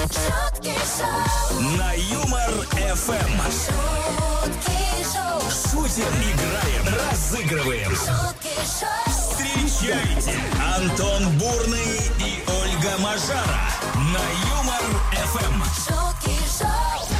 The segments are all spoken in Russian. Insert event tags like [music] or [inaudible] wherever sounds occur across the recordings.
Шутки шоу, На Юмор ФМ шутки шоу, шутим, играем, разыгрываем. шутки шоу, Встречайте Антон Бурный и Ольга Мажара на Юмор Эм. ФМ. шутки шоу,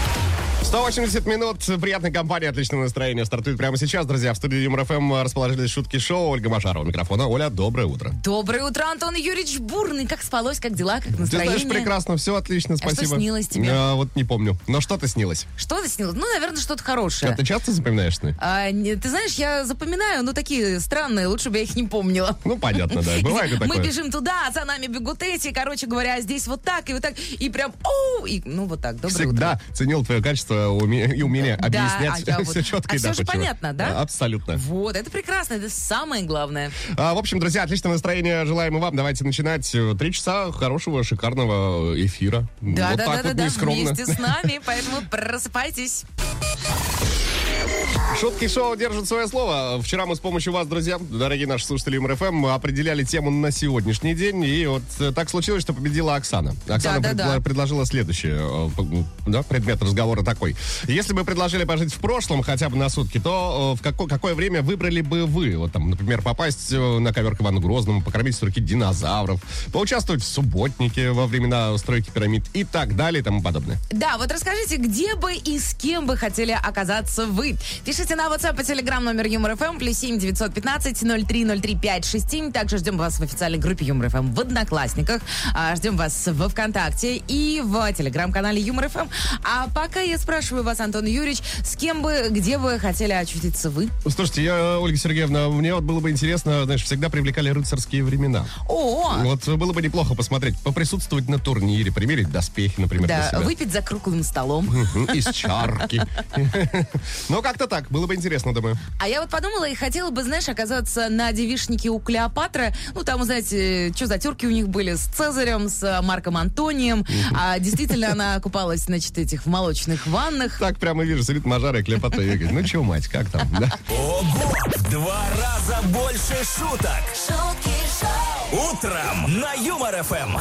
180 минут. Приятной компании, отличного настроения. Стартует прямо сейчас, друзья. В студии Юмор ФМ расположились шутки шоу. Ольга Машарова, у микрофона. Оля, доброе утро. Доброе утро, Антон Юрьевич Бурный. Как спалось, как дела, как настроение? Ты знаешь, прекрасно, все отлично, спасибо. снилось тебе? А, вот не помню. Но что-то снилось. Что ты снилось? Ну, наверное, что-то А хорошее. ты часто запоминаешь сны? А, не- ты знаешь, я запоминаю, ну, такие странные, лучше бы я их не помнила. Ну, понятно, [laughs] да. Бывает и Мы такое. бежим туда, а за нами бегут эти, короче говоря, а здесь вот так и вот так, и прям, оу, и, ну, вот так, доброе утро. Всегда ценил твое качество уме- и умение Да, объяснять [laughs] а я все вот- четко а и всё же доходчиво. понятно, да? А, Абсолютно. Вот, это прекрасно, это самое главное. А, в общем, друзья, отличного настроения желаем и вам. Давайте начинать. Э, Три часа хорошего, шикарного эфира. Да, вот так да, да, вот да, да, нескромно. вместе с нами, поэтому просыпайтесь. Шутки шоу держат свое слово. Вчера мы с помощью вас, друзья, дорогие наши слушатели МРФМ, определяли тему на сегодняшний день. И вот э, так случилось, что победила Оксана. Оксана Да, да, предла- да. предложила следующее. э, п- м, да, предмет разговора такой. Если бы предложили пожить в прошлом хотя бы на сутки, то э, в како- какое время выбрали бы вы? Вот там, например, попасть э, на ковер к Ивану Грозному, покормить с руки динозавров, поучаствовать в субботнике во времена стройки пирамид и так далее и тому подобное. Да, вот расскажите, где бы и с кем бы хотели оказаться вы. Пишите на WhatsApp по Telegram номер Юмор ФМ плюс 7 915 0303 567. Также ждем вас в официальной группе Юмор ФМ в Одноклассниках. А, Ждем вас во Вконтакте и в Телеграм-канале Юмор ФМ. А пока я спрашиваю вас, Антон Юрьевич, с кем бы, где бы хотели очутиться вы? Слушайте, я, Ольга Сергеевна, мне вот было бы интересно, знаешь, всегда привлекали рыцарские времена. О, Вот было бы неплохо посмотреть, поприсутствовать на турнире, примерить доспехи, например, для да, себя. выпить за [laughs] круглым столом. Мгм, Из чарки. [laughs] Ну, как-то так. Было бы интересно, думаю. А я вот подумала и хотела бы, знаешь, оказаться на девичнике у Клеопатры. Ну, там, знаете, что за терки у них были с Цезарем, с э, Марком Антонием. А действительно, она купалась, значит, этих в молочных ваннах. Так прямо вижу, сидит Мажара и клепота. И говорит, ну чё, мать, как там? [laughs] да? Ого! В Два раза больше шуток. шутки шоу, Утром на Юмор Эм. ФМ.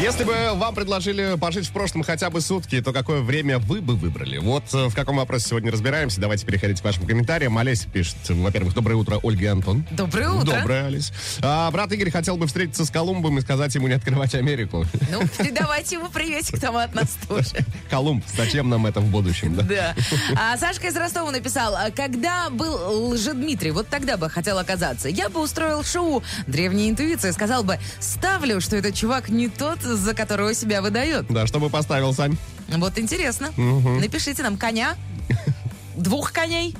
Если бы вам предложили пожить в прошлом хотя бы сутки, то какое время вы бы выбрали? Вот э, в каком вопросе сегодня разбираемся. Давайте переходить к вашим комментариям. Олеся пишет, во-первых, доброе утро, Ольга и Антон. Доброе утро. Доброе, Олесь. А, брат Игорь хотел бы встретиться с Колумбом и сказать ему не открывать Америку. [laughs] Ну, [laughs] передавайте ему приветик там от нас тоже. Колумб, зачем нам это в будущем, да? Да. А Сашка из Ростова написал, «А когда был Лжедмитрий, вот тогда бы хотел оказаться. Я бы устроил шоу «Древняя интуиция». Сказал бы, ставлю, что этот чувак не тот, за которого себя выдает. Да, чтобы поставил, Сань? Вот интересно. Напишите [laughs] нам коня, двух коней,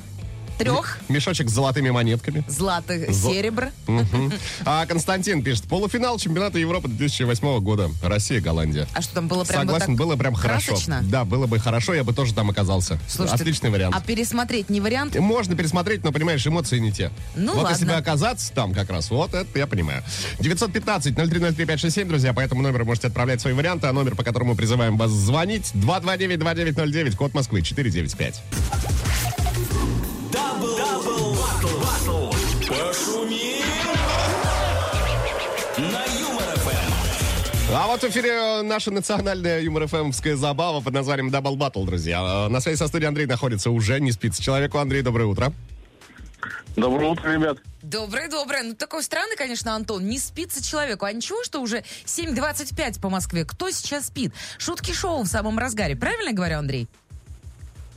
трех Мешочек с золотыми монетками. златых Зо- серебр. Мгм. А Константин пишет, полуфинал чемпионата Европы 2008 года. Россия, Голландия. А что там было прям вот Согласен, так было прям хорошо. красочно? Да, было бы хорошо, я бы тоже там оказался. Слушайте, Отличный вариант. А пересмотреть не вариант? Можно пересмотреть, но, понимаешь, эмоции не те. Ну, вот если бы ладно. оказаться там как раз, вот это я понимаю. 915-0303-567, друзья, по этому номеру можете отправлять свои варианты, а номер, по которому призываем вас звонить, 229-2909, код Москвы, 495. Дабл, дабл, батл, батл. Пошумим! На Юмор Эм. ФМ. А вот в эфире наша национальная юмор-фмовская забава под названием Double Battle, друзья. Э, На связи со студией Андрей находится уже, не спится человеку. Андрей, доброе утро. Доброе утро, ребят. Доброе-доброе. Ну, такой странный, конечно, Антон. Не спится человеку. А ничего, что уже 7.25 по Москве. Кто сейчас спит? Шутки шоу в самом разгаре. Правильно говорю, Андрей?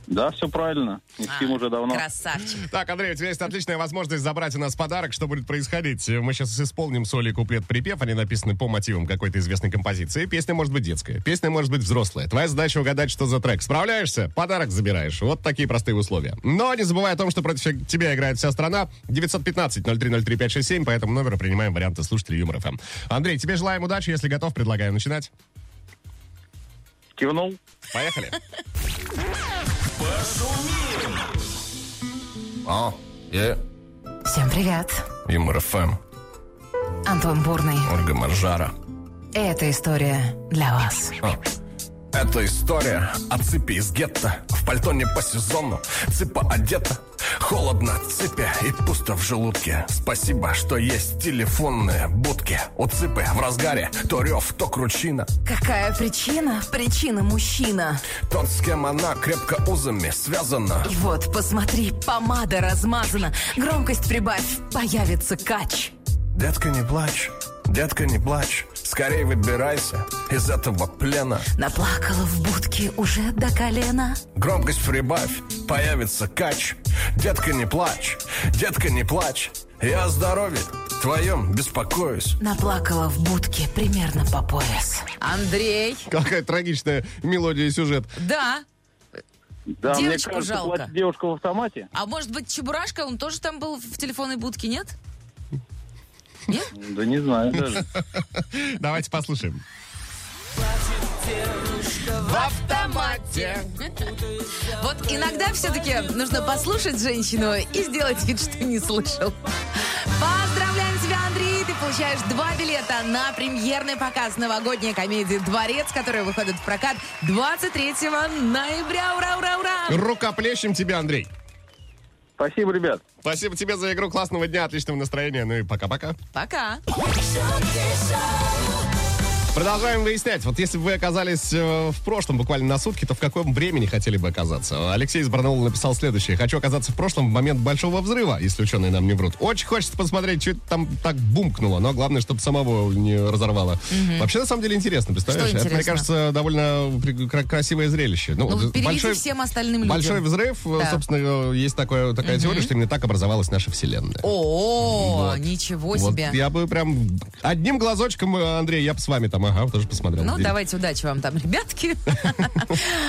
Да, все правильно. Не спим А, уже давно. Красавчик. Так, Андрей, у тебя есть отличная возможность забрать у нас подарок. Что будет происходить? Мы сейчас исполним с Олей куплет-припев. Они написаны по мотивам какой-то известной композиции. Песня может быть детская, песня может быть взрослая. Твоя задача угадать, что за трек. Справляешься? Подарок забираешь. Вот такие простые условия. Но не забывай о том, что против тебя играет вся страна. 915-0303-567. По этому номеру принимаем варианты слушателей Юмор ФМ. Андрей, тебе желаем удачи. Если готов, предлагаю начинать. Кивнул? Поехали. О, А, я Всем привет. Юмор ФМ, Антон Бурный. Ольга Маржара. Эта история для вас. Это история о цыпе из гетто В пальто не по сезону, цыпа одета Холодно, цепя и пусто в желудке. Спасибо, что есть телефонные будки. У цыпы в разгаре то рев, то кручина. Какая причина? Причина мужчина. Тот, с кем она крепко узами связана. И вот, посмотри, помада размазана. Громкость прибавь, появится кач. Детка, не плачь, детка, не плачь. Скорей выбирайся из этого плена. Наплакала в будке уже до колена. Громкость прибавь, появится кач. Детка, не плачь, детка, не плачь. Я о здоровье твоем беспокоюсь. Наплакала в будке примерно по пояс. Андрей, Какая трагичная мелодия и сюжет. да. Да, Девочку мне кажется, жалко. платит девушка в автомате. А может быть, Чебурашка, он тоже там был в телефонной будке, нет? Да не знаю даже. [laughs] Давайте послушаем. В автомате. Вот иногда все-таки нужно послушать женщину и сделать вид, что не слышал. Поздравляем тебя, Андрей! Ты получаешь два билета на премьерный показ новогодней комедии «Дворец», которая выходит в прокат 23 ноября. Ура, ура, ура! Рукоплещем тебя, Андрей. Спасибо, ребят. Спасибо тебе за игру. Классного дня, отличного настроения. Ну и пока-пока. Пока! шутки шоу, Продолжаем выяснять. Вот если бы вы оказались э, в прошлом буквально на сутки, то в каком времени хотели бы оказаться? Алексей из Барнаула написал следующее. Хочу оказаться в прошлом в момент большого взрыва, если ученые нам не врут. Очень хочется посмотреть, что это там так бумкнуло, но главное, чтобы самого не разорвало. Вообще, на самом деле, интересно, представляешь? Что Это, мне интересно? кажется, довольно при- кра- красивое зрелище. Ну, вот переведи всем остальным людям. Большой взрыв, э, Да. собственно, э, есть такое, такая теория, что именно так образовалась наша Вселенная. О, ничего Вот себе! я бы прям одним глазочком, э, Андрей, я бы с вами там, ага, тоже посмотрел. Ну, Где- давайте удачи вам там, [laughs] ребятки.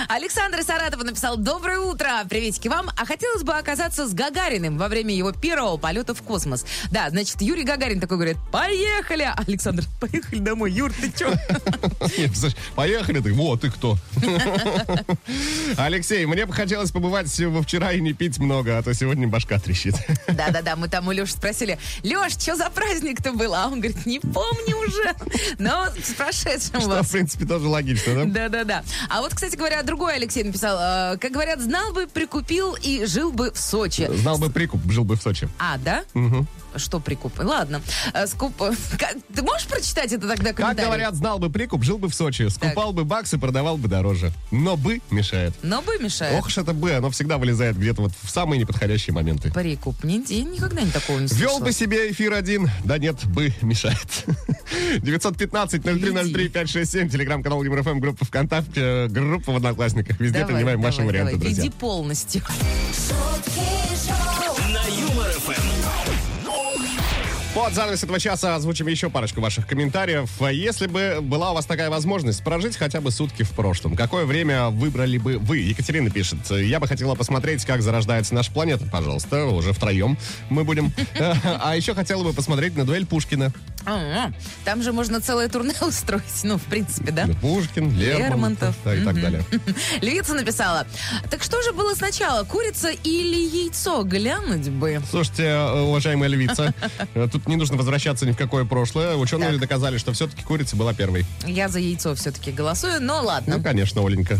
Александр из Саратова написал «Доброе утро! Приветики вам! А хотелось бы оказаться с Гагариным во время его первого полета в космос». Да, значит, Юрий Гагарин такой говорит «Поехали!» А Александр [laughs] «Поехали домой, Юр, ты чё?» [laughs] [laughs] Нет, слушай, Поехали ты. Вот ты кто. Алексей, мне бы хотелось побывать во вчера и не пить много, а то сегодня башка трещит. [laughs] Да-да-да, мы там у Леши спросили «Леш, что за праздник-то был?» А он говорит «Не помню уже, но с Что, прошедшим в вас». принципе, тоже логично, да? Да-да-да. А вот, кстати говоря, другой Алексей написал, э, как говорят, знал бы, прикупил и жил бы в Сочи. Знал бы прикуп, жил бы в Сочи. А, да? Что прикуп? Ладно. Э, Скуп... [laughs] Ка- Ты можешь прочитать это тогда Как комментарий? говорят, знал бы прикуп, жил бы в Сочи, скупал бы баксы, продавал бы дороже. Но бы мешает. Но бы мешает. Ох уж это бы, оно всегда вылезает где-то вот в самые неподходящие моменты. [laughs] Прикуп. Ни- Я никогда не такого не слышала. Вел бы себе эфир один, да нет, бы мешает. [laughs] 915-0303-567, телеграм-канал ЮморФМ, группа ВКонтакте, э, группа в Одноклассниках. Везде Давай, принимаем ваши давай, варианты, давай. друзья. Веди полностью. [laughs] шутки шоу, На Юмор ФМ. Под занавес Ну, этого часа озвучим еще парочку ваших комментариев. А Если бы была у вас такая возможность прожить хотя бы сутки в прошлом, какое время выбрали бы вы? Екатерина пишет, я бы хотела посмотреть, как зарождается наша планета, пожалуйста, уже втроем мы будем. [laughs] А еще хотела бы посмотреть на дуэль Пушкина. А, а. Там же можно целое турне [laughs] устроить. Ну, в принципе, да? [laughs] Пушкин, Лермонтов, Лермонтов. да, и так далее. Львица написала. Так что же было сначала, курица или яйцо? Глянуть бы. Слушайте, э, уважаемая [laughs] львица, э, тут не нужно возвращаться ни в какое прошлое. Ученые Так. доказали, что все-таки курица была первой. Я за яйцо все-таки голосую, но Ну, ладно. конечно, [laughs] Оленька.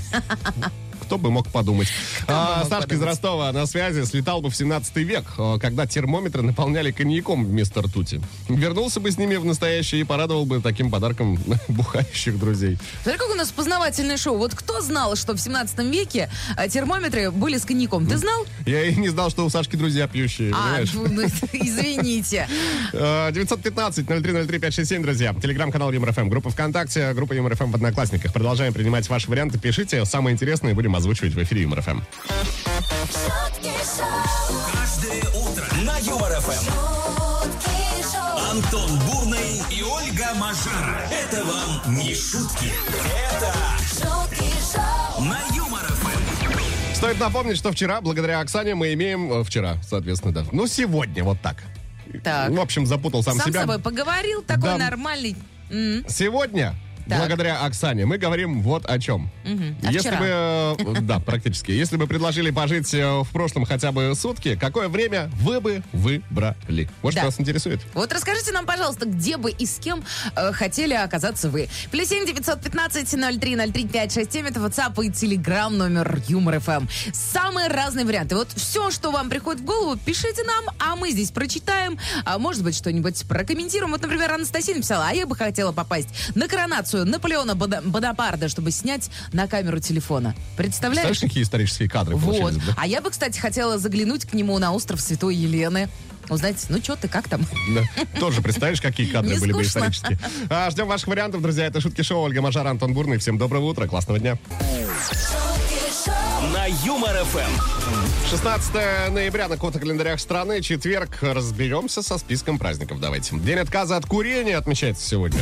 Кто бы мог подумать. А, мог Сашка из подумать? Ростова на связи слетал бы в 17 век, э, когда термометры наполняли коньяком вместо ртути. Вернулся бы с ними в настоящее и порадовал бы таким подарком [laughs] бухающих друзей. Смотри, как у нас познавательное шоу. Вот кто знал, что в 17 веке э, термометры были с коньяком? Ты знал? Я и не знал, что у Сашки друзья пьющие, А, понимаешь? ну, [laughs] ну, извините. Э, 915-0303-567, друзья. Телеграм-канал ЮморФМ, группа ВКонтакте, группа ЮморФМ в Одноклассниках. Продолжаем принимать ваши варианты. Пишите, самые интересные будем озвучивать в эфире ЮморФМ. шутки шоу, Каждое утро на Юмор ФМ. шутки шоу, Антон Бурный и Ольга Мажара. Это вам не шутки. Это шутки шоу, на Юмор ФМ. Стоит напомнить, что вчера, благодаря Оксане, мы имеем... э, Вчера, соответственно, да. Ну, сегодня, вот так. Так. В общем, запутал сам, Сам с себя. собой поговорил, такой Да. нормальный. М. Сегодня Так. благодаря Оксане мы говорим вот о чем. А Если вчера? бы, э, да, практически, если бы предложили пожить э, в прошлом хотя бы сутки, какое время вы бы выбрали? Может, Да. вас интересует? Вот расскажите нам, пожалуйста, где бы и с кем э, хотели оказаться вы. Плюс семь девятьсот пятнадцать ноль три ноль три пять шесть семь это WhatsApp и Telegram номер Юмор ФМ. Самые разные варианты. Вот все, что вам приходит в голову, пишите нам, а мы здесь прочитаем, а может быть что-нибудь прокомментируем. Вот, например, Анастасия написала, а я бы хотела попасть на коронацию Наполеона Бода- Бонапарта, чтобы снять на камеру телефона. Представляешь? Знаешь, какие исторические кадры Вот. получились бы? А я бы, кстати, хотела заглянуть к нему на остров Святой Елены. Узнать, ну что ты, как там? Да. Тоже представишь, какие кадры Не были бы скучно. исторические. А, ждем ваших вариантов, друзья. Это шутки шоу Ольга Мажара, Антон Бурный. Всем доброго утра, классного дня. шутки шоу, На Юмор ФМ. 16 ноября на календарях страны, четверг. Разберемся со списком праздников. Давайте. День отказа от курения отмечается сегодня.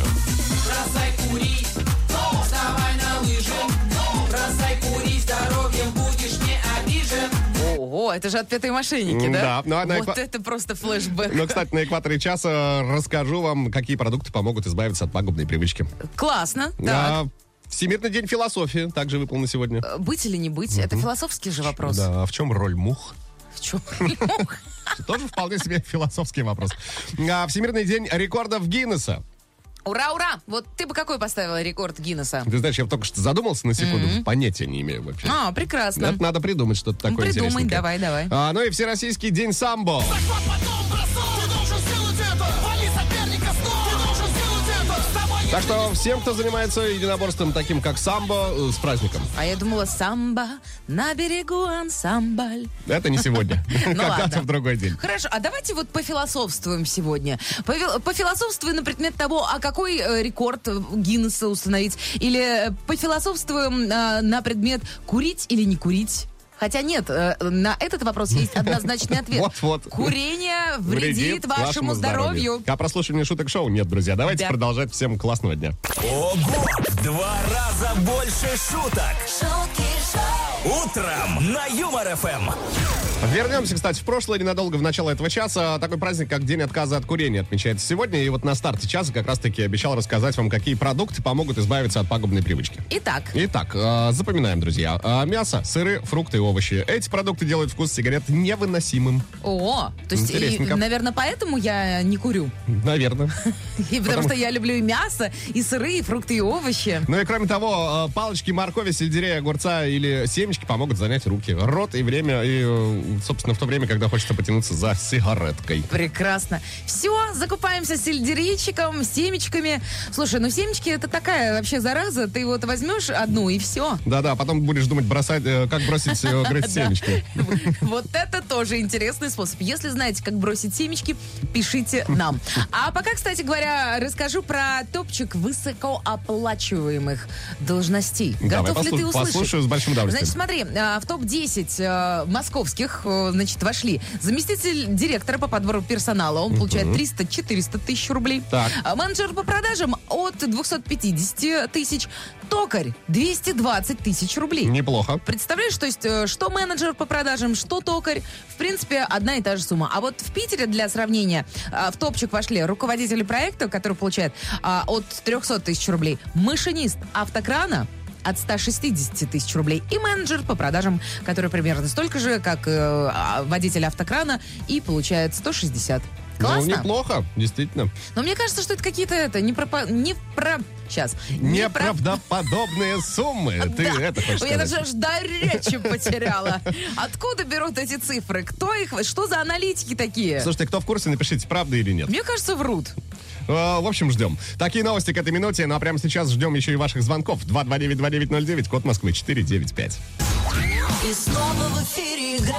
Ого, это же отпетые мошенники, да? Да, ну, а на Вот эква- это просто флешбэк. Но, Ну, кстати, на экваторе часа расскажу вам, какие продукты помогут избавиться от пагубной привычки. Классно. Так. А, Всемирный день философии также выполнен сегодня. Быть или не быть, это философский же вопрос. Да, а в чем роль мух? В чем прикол? Тоже вполне себе [laughs] философский вопрос. А, Всемирный день рекордов Гиннесса. [laughs] Ура, ура! Вот ты бы какой поставила рекорд Гиннесса? Ты знаешь, я только что задумался на секунду, понятия не имею вообще. А, Да, прекрасно. надо придумать что-то такое Придумай, интересненькое. давай, давай. А, ну и Всероссийский день самбо. Так что всем, кто занимается единоборством таким, как самбо, э, с праздником. А я думала, самба на берегу ансамбль. Это не сегодня. [laughs] Ну Когда-то ладно. в другой день. Хорошо, а давайте вот пофилософствуем сегодня. Повил- Пофилософствуем на предмет того, а какой э, рекорд э, Гиннесса установить. Или э, пофилософствуем э, на предмет курить или не курить. Хотя нет, э, на этот вопрос есть [laughs] однозначный ответ. Вот-вот. Курение вредит вашему здоровью. А прослушивание шуток шоу нет, друзья. Давайте Да. продолжать. Всем классного дня. Ого! В Два раза больше шуток. шутки шоу, Утром на Юмор ФМ. Вернемся, кстати, в прошлое ненадолго, в начало этого часа. Такой праздник, как День отказа от курения, отмечается сегодня. И вот на старте часа как раз-таки обещал рассказать вам, какие продукты помогут избавиться от пагубной привычки. Итак, Итак, э, запоминаем, друзья. Э, Мясо, сыры, фрукты и овощи. Эти продукты делают вкус сигарет невыносимым. о, то есть, и, Интересненько. наверное, поэтому я не курю. [laughs] Наверное. И потому что я люблю и мясо, и сыры, и фрукты, и овощи. Ну и кроме того, э, палочки моркови, сельдерея, огурца или семечки помогут занять руки, рот и время, и, э, собственно, в то время, когда хочется потянуться за сигареткой. Прекрасно. Все, закупаемся сельдерейчиком, семечками. Слушай, ну семечки это такая вообще зараза. Ты вот возьмешь одну и все. Да-да, потом будешь думать, бросать, э, как бросить э, грызть семечки. [laughs] Вот это тоже интересный способ. Если знаете, как бросить семечки, пишите нам. А пока, кстати говоря, расскажу про топчик высокооплачиваемых должностей. Давай Готов ли ты послу- услышать? послушаю с большим удовольствием. Значит, смотри, а, в топ-10 э, московских, э, значит, вошли заместитель директора по подбору персонала. Он получает 300-400 тысяч рублей. Так. А Менеджер по продажам от 250 тысяч. Токарь 220 тысяч рублей. Неплохо. Представляешь, то есть, э, что менеджер по продажам, что токарь, в принципе, одна и та же сумма. А вот в Питере, для сравнения, э, в топчик вошли руководители проекта, который получает а, от 300 тысяч рублей, машинист автокрана от 160 тысяч рублей и менеджер по продажам, который примерно столько же, как э, а, водитель автокрана, и получает 160. Ну, Классно. неплохо, действительно. Но мне кажется, что это какие-то это не пропа- не про сейчас Неправдоподобные [laughs] суммы. Ты да. это хочешь Я даже сказать? аж до речи потеряла. Откуда берут эти цифры? Кто их? Что за аналитики такие? Слушайте, кто в курсе, напишите, правда или нет. Мне кажется, врут. Э, В общем, ждем. Такие новости к этой минуте, ну а прямо сейчас ждем еще и ваших звонков. 229-2909, код Москвы 495. и снова в эфире игра.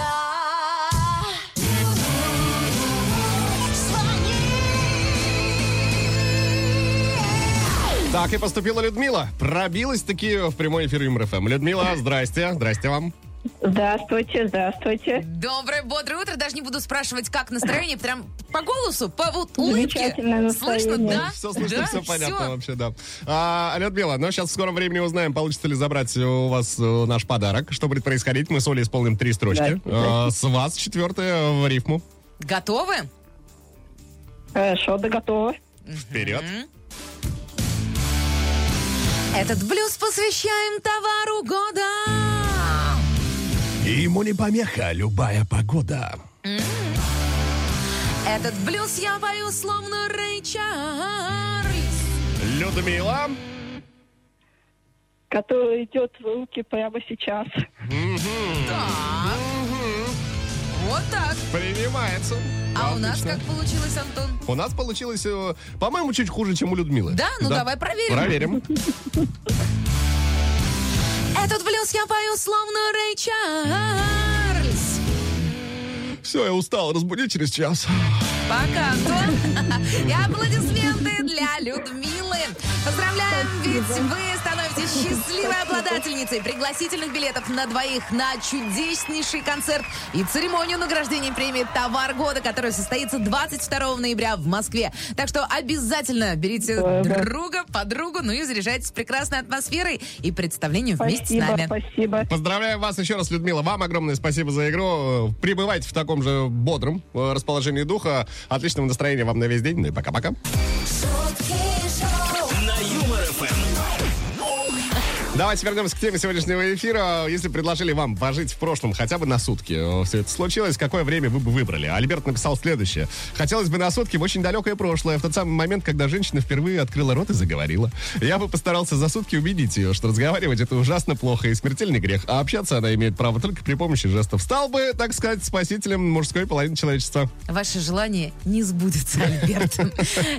Звони. Так и поступила Людмила. Пробилась таки в прямой эфир МРФМ. Людмила, здрасте. Здрасте вам. Здравствуйте, здравствуйте. Доброе, бодрое утро. Даже не буду спрашивать, как настроение. Прям по голосу, по вот улыбке. Замечательное Слышно, [laughs] настроение. да? Все слышно, Да, все понятно всё. вообще, да. А, Людмила, ну сейчас в скором времени узнаем, получится ли забрать у вас э, наш подарок. Что будет происходить? Мы с Олей исполним три строчки. Да. А, с вас четвертая в рифму. Готовы? Э, Хорошо, да готово. Вперед. Этот блюз посвящаем товару года. И ему не помеха любая погода. Этот блюз я пою словно Рэй Чарльз. Людмила. который идет в руки прямо сейчас. Вот так. Принимается. А у нас Отлично. как получилось, Антон? У нас получилось, э, по-моему, чуть хуже, чем у Людмилы. Да? Ну давай проверим. Проверим. Этот блюз я пою словно Рэй Чарльз. Все, я устал, разбуди через час. Пока, Антон. И аплодисменты для Людмилы. Поздравляем, ведь вы становитесь счастливой обладательницей пригласительных билетов на двоих на чудеснейший концерт и церемонию награждения премии «Товар года», которая состоится 22 ноября в Москве. Так что обязательно берите друга, подругу, ну и заряжайтесь прекрасной атмосферой и представлением вместе с Спасибо, нами. спасибо. Поздравляю вас еще раз, Людмила. Вам огромное спасибо за игру. Э, Пребывайте в таком же бодром э, расположении духа. Отличного настроения вам на весь день. Ну и пока-пока. шутки шоу, На Юмор ФМ. Давайте вернемся к теме сегодняшнего эфира. Если предложили вам пожить в прошлом хотя бы на сутки, э, все это случилось, какое время вы бы выбрали? Альберт написал следующее. Хотелось бы на сутки в очень далекое прошлое, в тот самый момент, когда женщина впервые открыла рот и заговорила. Я бы постарался за сутки убедить ее, что разговаривать это ужасно плохо и смертельный грех, а общаться она имеет право только при помощи жестов. Стал бы, так сказать, спасителем мужской половины человечества. Ваше желание не сбудется, [laughs] Альберт.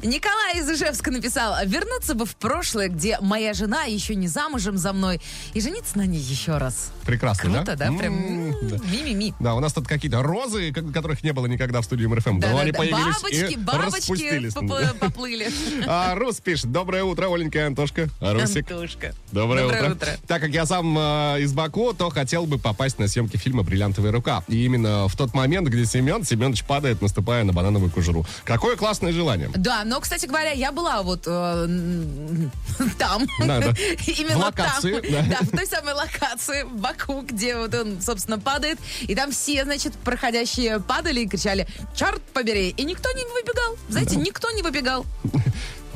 Николай из Ижевска написал, вернуться бы в прошлое, где моя жена еще не замужем за мной, и жениться на ней еще раз. Прекрасно, Круто, да? Прям М, м, да. ми-ми-ми. Да, у нас тут какие-то розы, как- которых не было никогда в студии МРФМ. Да, ну, они Да-да-да. появились Бабочки, и бабочки распустились. поп- поплыли. А, Рус пишет. Доброе утро, Оленька и Антошка. А, Русик. Антошка. Доброе, Доброе утро. утро. Так как я сам э, из Баку, то хотел бы попасть на съемки фильма «Бриллиантовая рука». И именно в тот момент, где Семен Семенович падает, наступая на банановую кожуру. Какое классное желание. [laughs] Да, но, кстати говоря, я была вот э, м, [laughs] там. Да, да. В [laughs] Именно там. локации, [laughs] да. Да, в той самой локации в Баку, где вот он, собственно, падает. И там все, значит, проходящие падали и кричали «Черт побери!» И никто не выбегал. Знаете, никто не выбегал.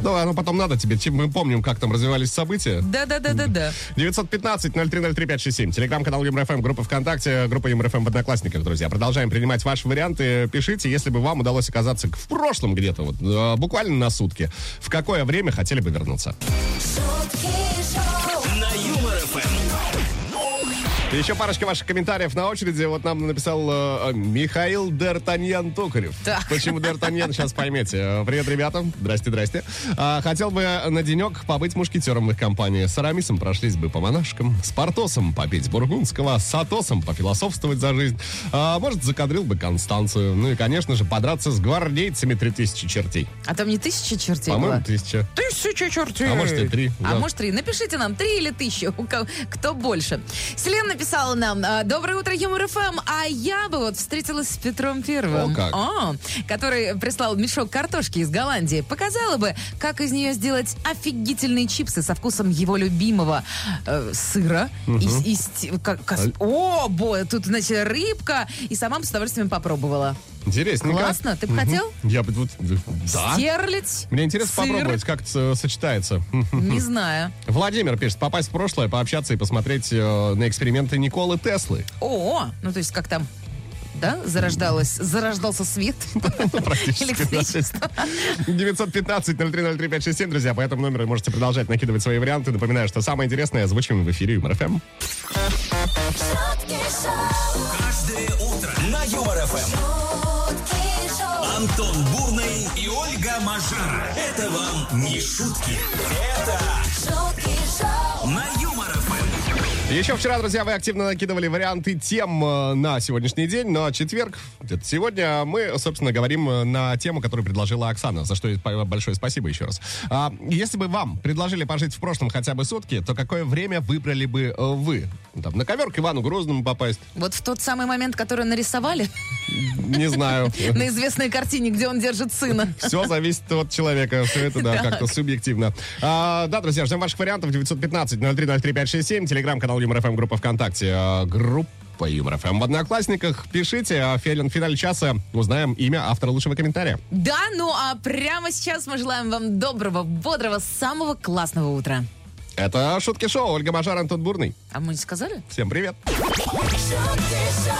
Ну, оно потом надо тебе. Чем мы помним, как там развивались события. Да-да-да-да-да. 915-0303-567. Телеграм-канал ЮморФМ, группа ВКонтакте, группа ЮморФМ в Одноклассниках, друзья. Продолжаем принимать ваши варианты. Пишите, если бы вам удалось оказаться в прошлом где-то, вот, э, буквально на сутки, в какое время хотели бы вернуться. шутки шоу, На Юмор ФМ. Еще парочка ваших комментариев на очереди. Вот нам написал э, Михаил Д'Артаньян Токарев. Так. Почему Д'Артаньян, сейчас поймете. Э, Привет, ребята. Здрасте, здрасте. А, хотел бы на денек побыть мушкетером в их компании. С Арамисом прошлись бы по монашкам. С Портосом попить бургундского. С Атосом пофилософствовать за жизнь. А, может, закадрил бы Констанцию. Ну и, конечно же, подраться с гвардейцами 3000 чертей. А там не тысяча чертей По-моему, было? 1000. Тысяча чертей. А может, и три, А да. может, три. Напишите нам, три или тысяча, у кого- кто больше. Селена написала нам, а, доброе утро, Юмор ФМ, а я бы вот встретилась с Петром Первым. О, как. А, который прислал мешок картошки из Голландии. Показала бы, как из нее сделать офигительные чипсы со вкусом его любимого э, сыра. И с- и с- как- кас- А О, бой, тут, значит, рыбка. И сама бы с удовольствием попробовала. Интересненько. Классно. Ты бы Мгм. хотел? Я бы... вот, Да. Стерлить. Мне интересно сыр. попробовать, как это э, сочетается. Не знаю. Владимир пишет, попасть в прошлое, пообщаться и посмотреть э, на эксперименты Николы Теслы. [laughs] О, ну то есть как там, да, зарождалось, зарождался свет, [laughs] Ну, Практически. да. электричество. 915-0303-567, друзья. По этому номеру можете продолжать накидывать свои варианты. Напоминаю, что самое интересное озвучиваем в эфире Юмор ФМ. шутки шоу, Каждое утро на Юмор ФМ. шутки шоу. Антон Бурный и Ольга Мажара. Это вам не шутки. Это Шутки шоу, на Юмор Эм. ФМ. Еще вчера, друзья, вы активно накидывали варианты тем э, на сегодняшний день, но четверг, где-то сегодня, мы, собственно, говорим э, на тему, которую предложила Оксана, за что ей спа- большое спасибо еще раз. А, если бы вам предложили пожить в прошлом хотя бы сутки, то какое время выбрали бы э, вы? Там, на ковер к Ивану Грозному попасть? Вот в тот самый момент, который нарисовали [laughs] Не знаю. на известной картине, где он держит сына. Все зависит от человека. Все это, да, Так. как-то субъективно. А, да, друзья, ждем ваших вариантов. 915-0303-567. Телеграм-канал Юмор ФМ, группа ВКонтакте. а, Группа Юмор ФМ в Одноклассниках. Пишите, а в финале- в финале часа узнаем имя автора лучшего комментария. Да, ну а прямо сейчас мы желаем вам доброго, бодрого, самого классного утра. Это «Шутки шоу». Ольга Мажар, Антон Бурный. А мы не сказали? Всем привет. шутки шоу,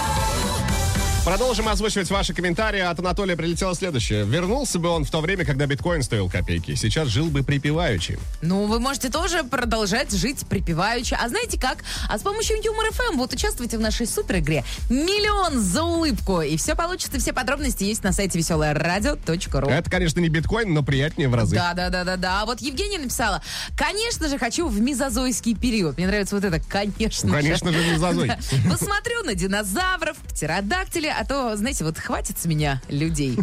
Продолжим озвучивать ваши комментарии. От Анатолия прилетело следующее. Вернулся бы он в то время, когда биткоин стоил копейки. Сейчас жил бы припеваючи. Ну, вы можете тоже продолжать жить припеваючи. А знаете как? А с помощью Юмор ФМ вот участвуйте в нашей супер игре «Миллион за улыбку». И все получится, все подробности есть на сайте веселорадио.ру. Это, конечно, не биткоин, но приятнее в разы. Да, да, да, да, да. А Вот Евгения написала, конечно же, хочу в мезозойский период. Мне нравится вот это, конечно же. Конечно же, [laughs] мезозой. Посмотрю на динозавров, птеродактили, а то, знаете, вот хватит с меня [laughs] людей.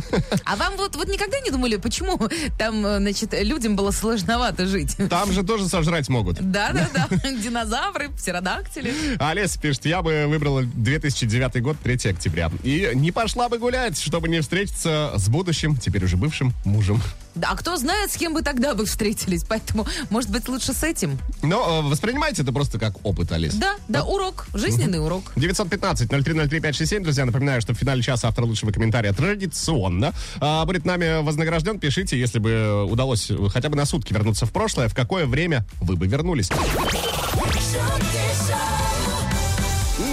А вам вот, вот никогда не думали, почему там, э, значит, людям было сложновато жить? Там же тоже сожрать могут. Да, да, [laughs] да. Динозавры, птеродактили. А Олеся пишет, я бы выбрала 2009 год, 3 октября. И не пошла бы гулять, чтобы не встретиться с будущим, теперь уже бывшим мужем. Да, а кто знает, с кем вы тогда бы встретились, поэтому, может быть, лучше с этим. Но э, воспринимайте это просто как опыт, Олеся. Да, да, урок, жизненный урок. 915-0303-567. Друзья, напоминаю, что в финале часа автор лучшего комментария традиционно а, будет нами вознагражден. Пишите, если бы удалось хотя бы на сутки вернуться в прошлое, в какое время вы бы вернулись. шутки шоу,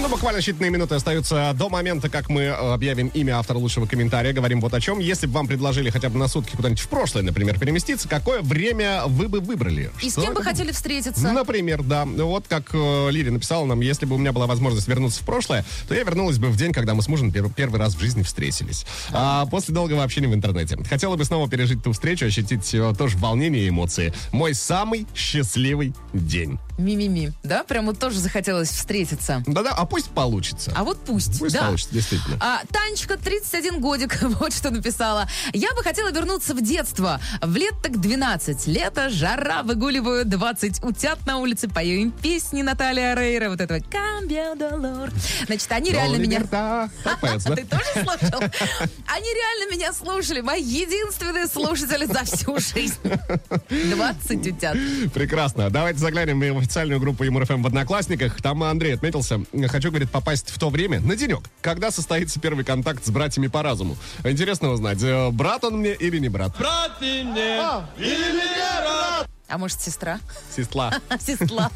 Ну, буквально считанные минуты остаются до момента, как мы э, объявим имя автора лучшего комментария. Говорим вот о чем. Если бы вам предложили хотя бы на сутки куда-нибудь в прошлое, например, переместиться, какое время вы бы выбрали? И с Что кем бы это хотели встретиться? Например, да. Ну, Вот как э, Лили написала нам, если бы у меня была возможность вернуться в прошлое, то я вернулась бы в день, когда мы с мужем пер- первый раз в жизни встретились. А после долгого общения в интернете. Хотела бы снова пережить ту встречу, ощутить э, тоже волнение и эмоции. Мой самый счастливый день. Ми-ми-ми. Да, прям вот тоже захотелось встретиться. Да-да, а пусть получится. А вот пусть, Пусть да. получится, действительно. А, Танечка, 31 годик, [laughs] вот что написала. Я бы хотела вернуться в детство. В лет так 12. Лето, жара, выгуливаю 20 утят на улице, пою им песни Наталья Рейра, вот этого «Cambio dolor». Значит, они реально меня... [laughs] Либерта. Так поется, А да? ты тоже слушал? Они реально меня слушали. Мои единственные слушатели за всю жизнь. [laughs] 20 утят. Прекрасно. Давайте заглянем в официальную группу ЮморФМ в Одноклассниках. Там Андрей отметился. Хочу, говорит, попасть в то время, на денек, когда состоится первый контакт с братьями по разуму. Интересно узнать, э, брат он мне или не брат? А может, сестра? [laughs] Сестла. Сестла.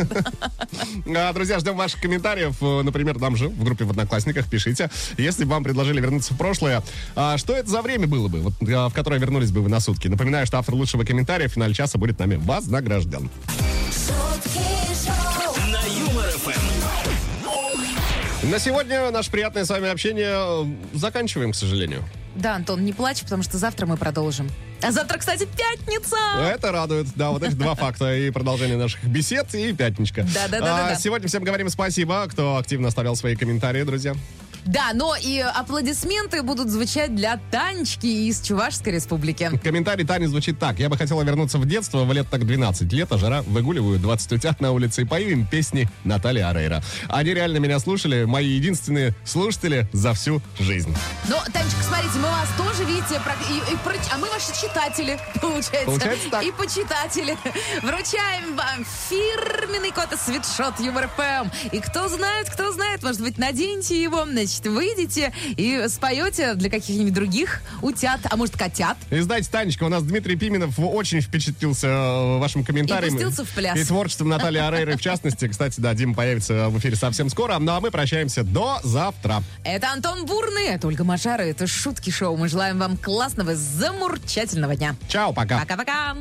А, Друзья, ждем ваших комментариев. Э, Например, там же, в группе в Одноклассниках, пишите. Если бы вам предложили вернуться в прошлое, а что это за время было бы, вот, э, в которое вернулись бы вы на сутки? Напоминаю, что автор лучшего комментария в финале часа будет нами вознагражден. шутки шоу, На Юмор ФМ. На сегодня наше приятное с вами общение э, заканчиваем, к сожалению. Да, Антон, не плачь, потому что завтра мы продолжим. А завтра, кстати, пятница! Это радует. Да, вот эти два факта. И продолжение наших бесед, и пятничка. Да-да-да-да-да. А, Сегодня всем говорим спасибо, кто активно оставлял свои комментарии, друзья. Да, но и аплодисменты будут звучать для Танечки из Чувашской республики. Комментарий Тани звучит так. Я бы хотела вернуться в детство, в лет так 12. Лето, жара, выгуливаю 20 утят на улице и пою им песни Натальи Арейра. Они реально меня слушали, мои единственные слушатели за всю жизнь. Но, Танечка, смотрите, мы вас тоже, видите, прак- и- и проч- а мы ваши читатели, [laughs] получается. Получается так. И почитатели. Вручаем вам фирменный кот из свитшот Юмор ФМ. И кто знает, кто знает, может быть, наденьте его, значит, выйдете и споете для каких-нибудь других утят, а может, котят. И знаете, Танечка, у нас Дмитрий Пименов очень впечатлился э, вашим комментарием. И пустился в пляс. И творчеством Натальи Арейры, в частности. Кстати, да, Дима появится в эфире совсем скоро. Ну, а мы прощаемся до завтра. Это Антон Бурный, это Ольга Мажара, это Шутки Шоу. Мы желаем вам классного, замурчательного дня. А- Чао, пока. Пока-пока.